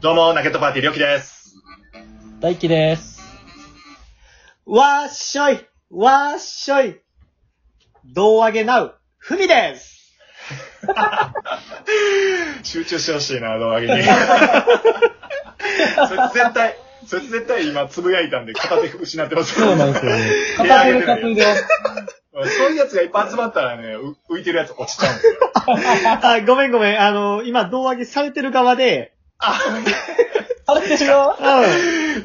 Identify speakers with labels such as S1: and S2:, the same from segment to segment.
S1: どうも、ナゲットパーティー、りょうきです。
S2: 大輝です。
S3: わーっしょいわーっしょい胴上げなうふみです
S1: 集中してほしいな、動画 に。そいつ絶対、そいつ絶対今、つぶやいたんで、片手失ってます。
S2: そうなんですよね。
S1: 手上
S2: 片
S1: げてる
S2: 手で担いでます。
S1: うんそういうやつがいっぱい集まったらね、う浮いてるやつ落ちちゃうんですよ。
S3: あ、ごめんごめん。あの、今、胴上げされてる側で、
S1: あ、
S2: されてる側
S3: う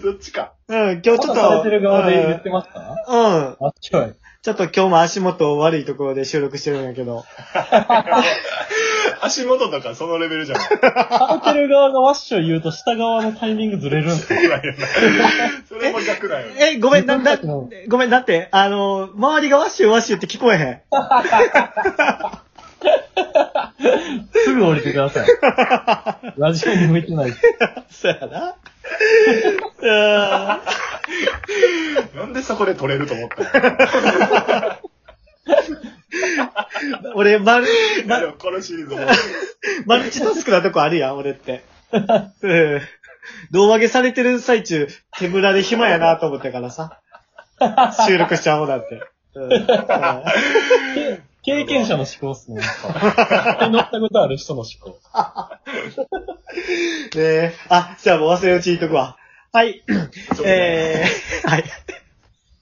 S1: どっちか。
S3: ん、うん、今日ちょっと、
S2: されてる側で言ってますか
S3: うん、うん、
S2: あっちょい。
S3: ちょっと今日も足元悪いところで収録してるんやけど、
S1: 足元とかそのレベルじゃ ない。
S2: されてる側がワッショイ言うと下側のタイミングずれるんですよ。
S1: それも逆だよね。
S3: え、ごめん、な、な、
S2: 自分た
S3: ごめん、だって、あの、周りがワッシュワッシュって聞こえへん。
S2: すぐ降りてください。ラジオに向いてないです。
S3: そうやな。う
S1: なんでそこで取れると思ったの
S3: ーん俺、マル、
S1: まあでもこのシリーズも。
S3: マルチタスクなとこあるやん、俺って。うん。胴上げされてる最中、手ぶらで暇やなと思ったからさ。収録しちゃおうなんて。うんうん
S2: 経験者の思考っすね。やっぱ乗ったことある人の思考。
S3: ねえ。あ、じゃあもう忘れ落ちいとくわ。はい。
S1: そうね
S3: えー、 はい。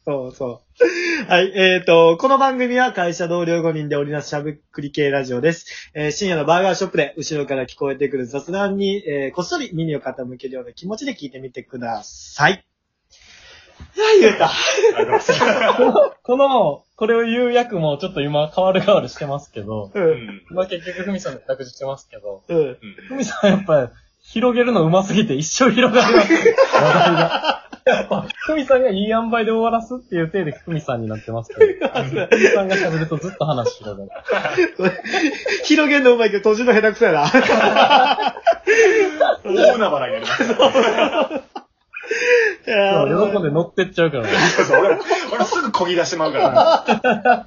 S3: そうそう。はい、えーと、この番組は会社同僚5人で織りなすしゃべっくり系ラジオです。えー深夜のバーガーショップで後ろから聞こえてくる雑談に、えーこっそり耳を傾けるような気持ちで聞いてみてください。はい、言えた。
S1: ありがとうご ざいます
S2: この、これを言う役もちょっと今変わる変わるしてますけど、
S3: う。
S1: うんん
S2: まあ結局ふみさんの託児してますけど、
S3: うん。
S1: うん
S2: ふみさんやっぱ、広げるの上手すぎて一生広がります。話題が。やっぱ、ふみさんがいい塩梅で終わらすっていう体でふみさんになってますけど、ふみさんが喋るとずっと話広がる。
S3: 広げんのうまいけど、閉じるの下手くそやな。
S1: 大海原に なります。
S3: いや
S2: そう喜ん
S3: ー
S2: で乗ってっちゃうからね。
S1: そうそう俺、俺すぐこぎ出してまう から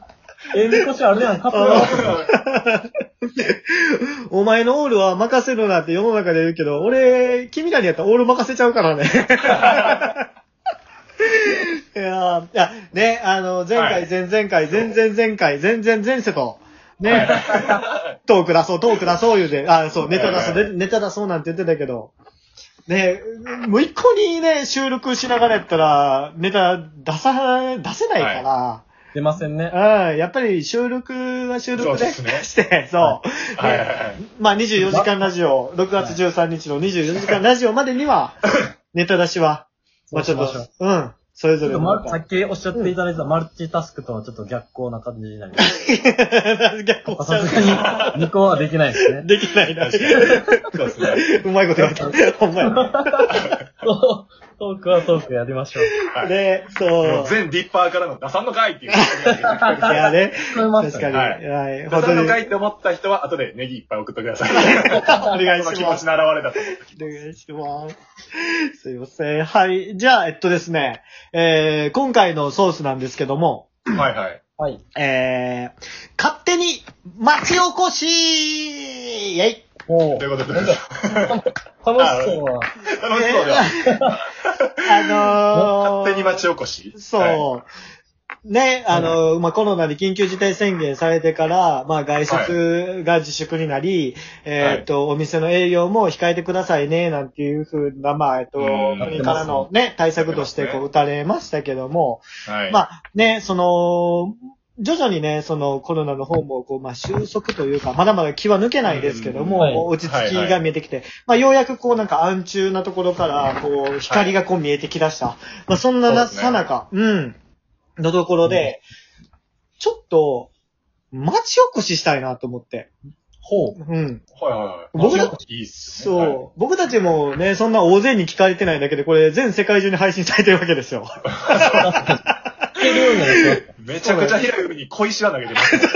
S1: ね。
S2: え、みこしあるやん、カップが。
S1: う
S3: お前のオールは任せるなって世の中で言うけど、俺、君らにやったらオール任せちゃう からね。いやーいや、ね、あの、前
S1: は
S3: 回、
S1: い
S3: 前々回、前々前回、前々前世と、
S1: ん
S3: ね、トーク出そう、トーク出そう言うて、あ、そう、ネタ出そう
S1: はいは
S3: ね、ネタ出そうなんて言ってたけど、ね、もう一個にね、収録しながらやったら、ネタ出さ、出せないから、
S2: 出ませんね。
S3: うん、やっぱり収録は収録
S1: そう
S3: で
S1: ですね
S3: して、そう。
S1: はいはいはい。
S3: まあ24時間ラジオ、6月13日の24時間ラジオまで には、ネタ出しは、まあちょっ
S2: そうしま
S3: と
S2: し、
S3: うん、それ
S2: ちょ
S3: ぞ
S2: っ
S3: れ
S2: と
S3: の
S2: ま、さっきおっしゃっていただいたマルチタスクとはちょっと逆行な感じになり ます。
S3: 逆行しち
S2: さ
S3: ゃ
S2: す がに、2個はできないですね
S3: う。。できないな。
S1: そうですね。
S3: うまいこと言われた。ほんまやな。
S2: そうトークはトークやりましょう。
S1: はい
S3: で、そ
S1: もう
S3: う。
S1: 全ディッパーからの出さんのか いっていう。出
S3: いやね、
S2: 聞こえま
S3: 確
S2: す
S3: かに。
S1: は
S3: はいい。はい、
S1: さんの
S3: に。
S1: かいって思った人は、後でネギいっぱい送ってください。
S3: お願い
S1: その
S3: し
S1: 気持
S3: ま
S1: ち
S3: す。
S1: の表れだと思う。
S3: お願いします。すいません。はい。じゃあ、えっとですね、えー、今回のソースなんですけども、
S1: はいはい。
S2: はい。
S3: えー、勝手に町おこしイェイ
S2: お
S1: とい
S2: ー
S1: うことで、楽し
S2: 楽しそう は。
S1: そうでは、
S3: あのー、
S1: 勝手に町おこし。
S3: そう。
S1: はい
S3: ね、あのー、まあ、コロナで緊急事態宣言されてから、まあ、外出が自粛になり、えーっと、お店の営業も控えてくださいね、なんていうふうな、まあ、えっと、
S1: うん
S3: 国からのね、対策として、こう、打たれましたけども、
S1: はい。
S3: まあね、その、徐々にね、そのコロナの方も、こう、まあ収束というか、まだまだ気は抜けないですけども、
S2: うんはい
S3: こう落ち着きが見えてきて、まあようやくこうなんか暗中なところから、こう、光がこう見えてきだした。まあそんな
S1: そう
S3: な
S1: ですね
S3: さなか、うん、のところで、ちょっと、町おこししたいなと思って。
S2: ほう。
S3: うん。
S1: はいはいはい。
S3: 僕ら
S1: 町おこしいいっすね。はい
S3: そう。僕たちもね、そんな大勢に聞かれてないだけで、これ全世界中に配信されてるわけで すよ。
S2: 聞けるようになりました。
S1: めちゃくちゃ広い海に小石は投げてます。
S3: そう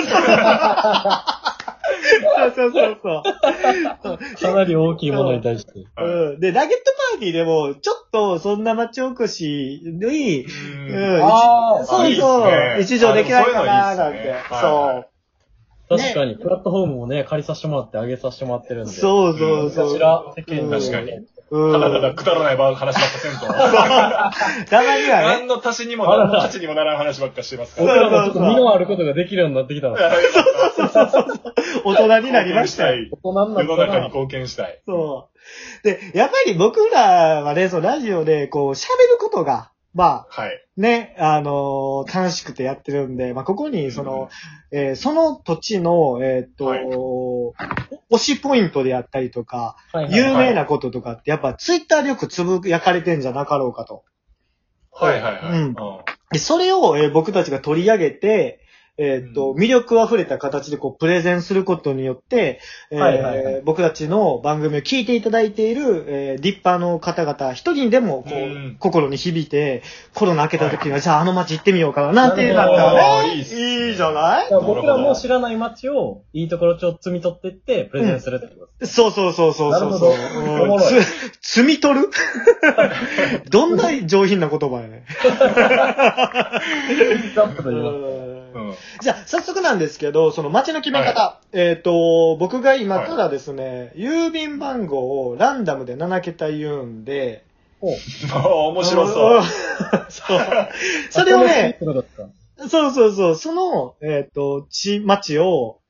S3: そうそうそう。
S2: かなり大きいものに対して。
S3: うん。で、ラゲットパーティーでも、ちょっと、そんな町おこしに、
S1: う
S3: うんん。
S2: あー
S3: そう
S1: いいっす
S3: そう
S1: ね。
S3: 一条できないかな、
S1: あ
S3: な
S1: でもそういうのいいっす
S3: ん
S1: ね
S3: て。
S1: はいはいはい
S3: そ。
S1: う
S2: 確かに、プラットフォームもね、借りさせてもらって、上げさせてもらってるんで。う。
S3: そうそうそう。
S2: こちら、世間
S3: 確か
S1: に。
S3: うん。
S1: ただただくだらない話ばっかせんと。
S3: たまにはね。
S1: 何の足しにも何の価値にもならん話ばっかしてますから。
S2: 僕らもちょっと身のあることができるようになってきたの。
S3: 大人になりました。
S1: い。
S2: 大人にな
S1: 世
S2: っ
S1: の
S2: たら
S1: 中に貢献したい。
S3: そう。で、やっぱり僕らはね、そのラジオで、こう、喋ることが、まあ、
S1: はい。
S3: ね、あのー楽しくてやってるんで、まあ、ここに、その、えーその土地の、えーっと、
S1: はい
S3: 推しポイントであったりとか、
S2: はいはい
S3: 有名なこととかって、やっぱツイッターでよくつぶやかれてんじゃなかろうかと。
S1: はいはいはい。
S3: うんで、それを、えー僕たちが取り上げて、えーっと、魅力あふれた形でこう、プレゼンすることによって、えー
S2: はいはいは
S3: 僕たちの番組を聞いていただいている、えー、リッパーの方々、一人でも、こう、
S1: うん
S3: 心に響いて、コロナ明けた時には、じゃああの街行ってみようかな、なんてな
S2: な
S3: っ
S2: る
S3: た
S2: ほど
S3: らね、
S1: いいっすね
S3: いいじゃない
S2: だから僕らも知らない街を、いいところちょっと摘み取ってって、プレゼンするってことです。
S3: そうそうそうそう
S2: な
S3: そ
S2: る
S3: う
S2: ほ
S3: そ
S2: ど
S3: う。
S2: おもろい
S3: つ、摘み取る どんな上品な言葉やね。
S2: ピックアップと言います。
S1: うん。うん
S3: じゃあ、早速なんですけど、その街の決め方。
S1: は
S3: えっ、と、僕が今からですね、郵便番号をランダムで7桁言うんで、。。
S1: お 面白そううん
S3: そう。それを
S2: あ。これも
S3: ね、
S2: いいってことだっ
S3: そうそうそう、その、えっ、と、ち、街を、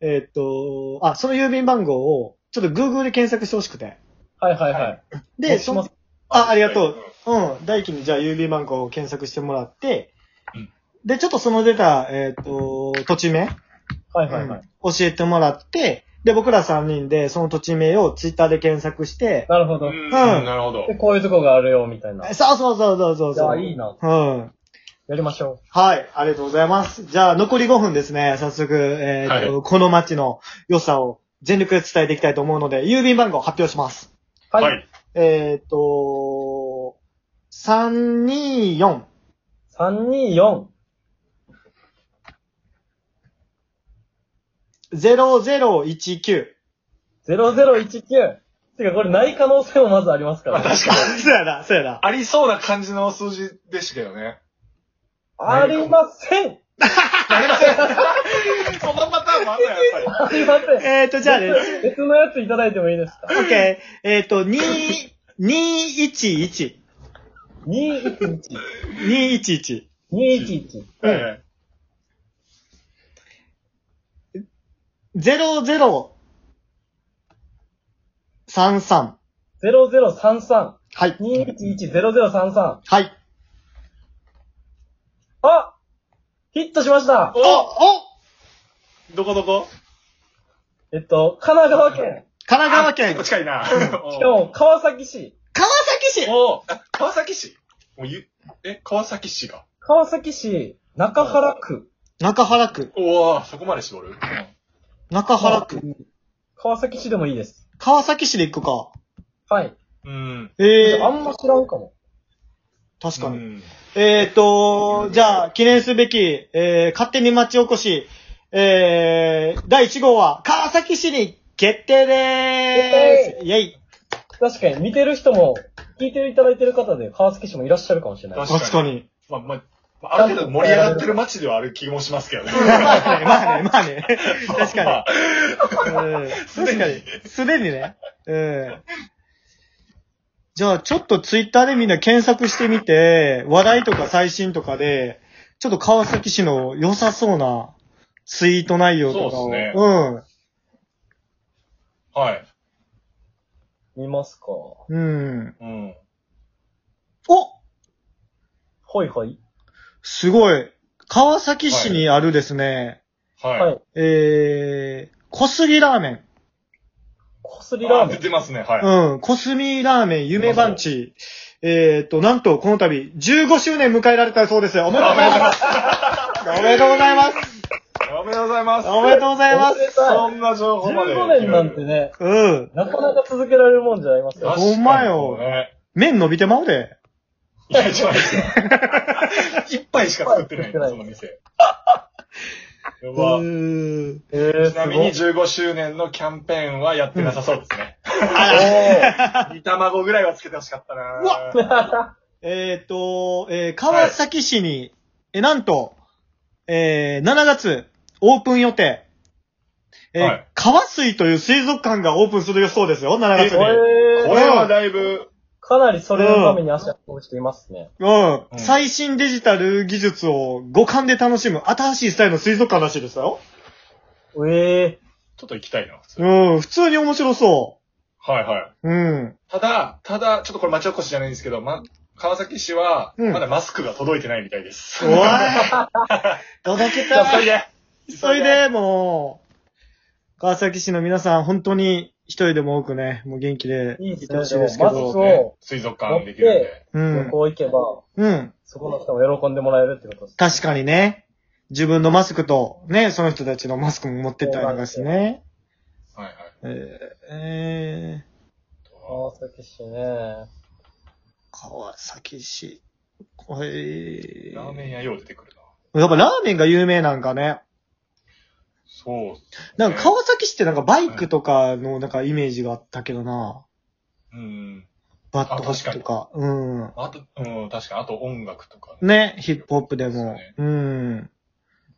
S3: えっ、と、あ、その郵便番号を、ちょっと Google で検索してほしくて。
S2: たはいはいはい。
S3: で、
S2: し
S3: そ
S2: ま
S3: の
S2: す、
S3: あ、ありがとう。うん。大輝にじゃあ郵便番号を検索してもらって
S1: うん、
S3: で、ちょっとその出た、えっ、と、土地名
S2: はいはいはい。
S3: 教えてもらって、で、僕ら3人でその土地名をツイッターで検索して、
S2: なるほど
S1: う。ん。
S3: ん
S1: なるほど
S2: で、。こういうとこがあるよ、みたいな。
S3: そうそうそうそうそう
S2: じゃ
S3: そ
S2: あ、
S3: う。
S2: いいな。
S3: うん。
S2: やりましょ
S3: はい、ありがとうございます。じゃあ、残り5分ですね。早速、えーと、
S1: は
S3: この街の良さを全力で伝えていきたいと思うので、郵便番号発表します。
S2: う。は。
S1: はいい。
S3: えっ、と、324。
S2: 324。
S3: 0019。
S2: 0019。てか、これない可能性もまずありますから、ね。
S1: 確かに。
S3: そうやな、そうやな。
S1: ありそうな感じの数字でしたけど ね。
S2: ありません
S1: そのパターンもあんのや、やっぱ
S2: ありません
S3: えっ、と、じゃ あね、
S2: 別別のやついただいてもいいですか
S3: OK。えっ、と、2、211。
S2: ?211。
S3: 211。
S2: 211。
S1: り。はい
S3: 0033。
S2: 0033。
S3: はい。
S2: 211-0033。
S3: はい。
S2: あヒットしました
S3: お
S1: お
S3: お
S1: どこどこ
S2: えっと、神奈川県。
S3: 神奈川県
S1: 結構近いな。
S2: しかも、川崎市。
S3: 川崎市
S1: おお川崎市もうゆえ、川崎市が。
S2: 川崎市、中原区。
S3: 中原区。
S1: おおそこまで絞る、
S3: 中原区。
S2: 川崎市でもいいです。
S3: 川崎市で行くか。
S2: はい。
S1: うん。
S3: ええ
S2: あんま知らんかも。
S3: 確かに。
S1: に。
S3: えーっと、じゃあ、記念すべき、えー、勝手に町おこし、えー、第1号は、川崎市に決定でーすイェイ
S2: 確かに、見てる人も、聞いていただいてる方で、川崎市もいらっしゃるかもしれない。
S1: 確
S3: 確かに。
S1: まあ、まあ、まあ、ある程度盛り上がってる街ではある気もしますけどね。
S3: まあね、 まあね、まあね。確
S1: ま
S3: か
S1: あ
S3: に。うん確かに。すでにね。うん。じゃあ、ちょっとツイッターでみんな検索してみて、話題とか最新とかで、ちょっと川崎市の良さそうなツイート内容とかを。
S1: そうっすね
S3: うん。
S1: はい。
S2: 見ますか。
S3: うん。
S1: うん。
S3: お
S2: ほいほい。
S3: すごい。川崎市にあるですね、
S1: はい。
S2: はい。
S3: えー、小杉ラーメン。
S2: こすりラーメ
S1: あ
S2: ン
S1: 出。てますね、はい。
S3: うん、コスミラーメン夢番地。えっ、と、なんと、この度、15周年迎えられたそうです。おめでとうございます。おめでとうございます。
S1: おめでとうございます。
S3: おめでとうございま
S2: おめ
S3: す。
S2: でたい
S1: そんな情報まで。
S2: 15年なんてね、
S3: うん。
S2: なかなか続けられるもんじゃありません
S1: 確かに。
S3: ほんまよ
S1: ね
S3: 麺伸びてまうで。
S1: いや、ちょっと待って。一杯しか作ってないんだ、その店。や
S3: う
S1: ば。
S3: ーん。
S2: えー、
S1: ちなみに
S2: す
S1: 15周年のキャンペーンはやってなさそうです ね。煮卵ぐらいはつけてほしかったな
S3: うわ
S2: ごい。
S3: えっ、と、えー川崎市に、え、なんと、えー7月、オープン予定、えー
S1: はい
S3: 川水という水族館がオープンする予想ですよ、7月に。
S2: え
S1: こ
S2: ー、
S1: れはだいぶ、
S2: かなりそれのために足を運ぶ人いますね。
S3: うん。
S1: うん
S3: 最新デジタル技術を五感で楽しむ新しいスタイルの水族館らしいですよ。
S2: え
S1: ちょっと行きたいな。
S3: うん。普通に面白そ
S1: はいはい。
S3: う。 うん。
S1: ただ、ただ、ちょっとこれ町おこしじゃないんですけど、ま、川崎市は、
S3: うん
S1: まだマスクが届いてないみたいです。
S3: おい届け
S1: じゃあ
S3: た
S1: 急いで
S3: 急いで、もう。川崎市の皆さん、本当に一人でも多くね、もう元気で
S2: いいですね
S3: いてほしいですけ
S2: でもマス
S3: ど。
S2: クをそう
S1: 水族館できるんで。
S3: う
S2: ー、旅
S3: ん。
S2: 行行けば、
S3: うん。
S2: そこの人も喜んでもらえるってことです。
S3: 確かにね。自分のマスクと、ね、その人たちのマスクも持ってったりなんかしてね。
S1: はいはい。
S3: えーえ
S2: 川崎市ね。
S3: ー、川崎市。これ
S1: ラーメン屋よう出てくるな。
S3: やっぱラーメンが有名なんかね。
S1: そうっすね。
S3: なんか川崎市ってなんかバイクとかのなんかイメージがあったけどな。
S1: うん。
S3: バットホップとか。うん。
S1: あと、うん、確かに、あと音楽とか、
S3: ね、ヒップホップで
S1: そう
S3: も
S1: です。
S3: うん。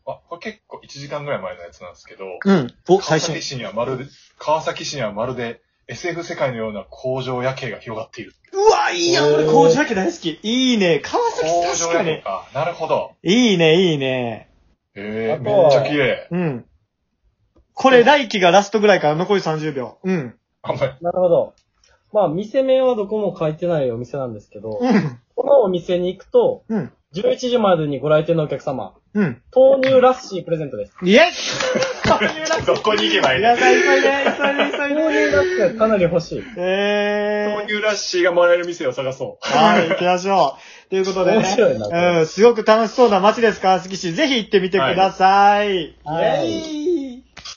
S1: あ、これ結構1時間ぐらい前のやつなんですけど、
S3: うん。お、
S1: 川
S3: 最新
S1: 崎。市にはまるで、川崎市にはまるで SF 世界のような工場夜景が広がっている。
S3: うわ、いいやん、俺
S2: おー
S3: 工場だけ大好き。いいね。川
S1: 工
S3: 崎
S1: 場
S3: 確か
S1: 夜景
S3: に。
S1: か。なるほど。
S3: いいね、いいね。
S1: ええ
S2: あと
S1: め
S2: は
S1: っちゃ綺麗。
S3: うん。これ、来期がラストぐらいから残り30秒。うん。
S1: あんまり。
S2: なるほど。まあ、店名はどこも書いてないお店なんですけど、
S3: うん。
S2: このお店に行くと、
S3: うん。
S2: 11時までにご来店のお客様、
S3: うん。
S2: 豆乳ラッシープレゼントです。
S3: イエス
S1: どこに行けばいい
S3: 皆
S1: の
S3: さん、急いで、急いで、急 い
S2: 豆
S3: で。
S2: 乳ラッシーかなり欲しい。
S3: え
S1: 豆
S3: ー。
S1: 乳ラッシーがもらえる店を探そう。
S3: はい、行きましょう。ということで
S2: 面
S3: ね。
S2: 白いな。これ
S3: うん、すごく楽しそうな街です、川崎市。ぜひ行ってみてください。
S2: はい
S3: イエーイ